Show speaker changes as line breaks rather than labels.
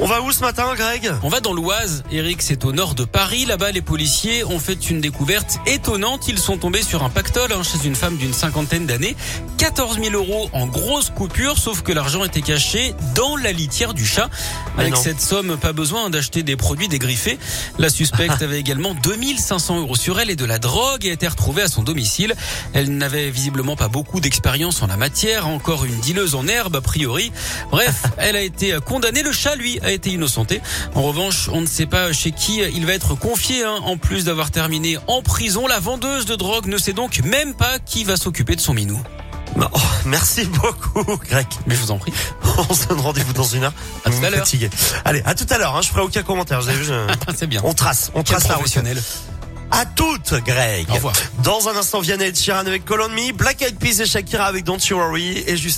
On va où ce matin, Greg
On va dans l'Oise. Eric, c'est au nord de Paris. Là-bas, les policiers ont fait une découverte étonnante. Ils sont tombés sur un pactole hein, chez une femme d'une cinquantaine d'années. 14 000 euros en grosses coupures, sauf que l'argent était caché dans la litière du chat.
Mais
Avec
non.
cette somme, pas besoin d'acheter des produits dégriffés. La suspecte avait également 2500 euros sur elle et de la drogue et a été retrouvée à son domicile. Elle n'avait visiblement pas beaucoup d'expérience en la matière, encore une dileuse en herbe a priori. Bref, elle a été condamnée, le chat lui a été innocenté. En revanche, on ne sait pas chez qui il va être confié. hein. En plus d'avoir terminé en prison, la vendeuse de drogue ne sait donc même pas qui va s'occuper de son minou.
Bah, oh, Merci beaucoup, Greg.
Mais je vous en prie.
On se donne rendez-vous dans une heure.
À tout
Vous
à
me
l'heure.
fatiguez. Allez, à tout à l'heure. hein. Je ferai aucun commentaire. Vous avez vu, je-
C'est bien.
On trace, on
Quel
trace la route.
professionnel.
À toutes, Greg.
Au revoir.
Dans un instant, Vianney et Chiran avec Colon Me, Black Eyed Peas et Shakira avec Don't You Worry et juste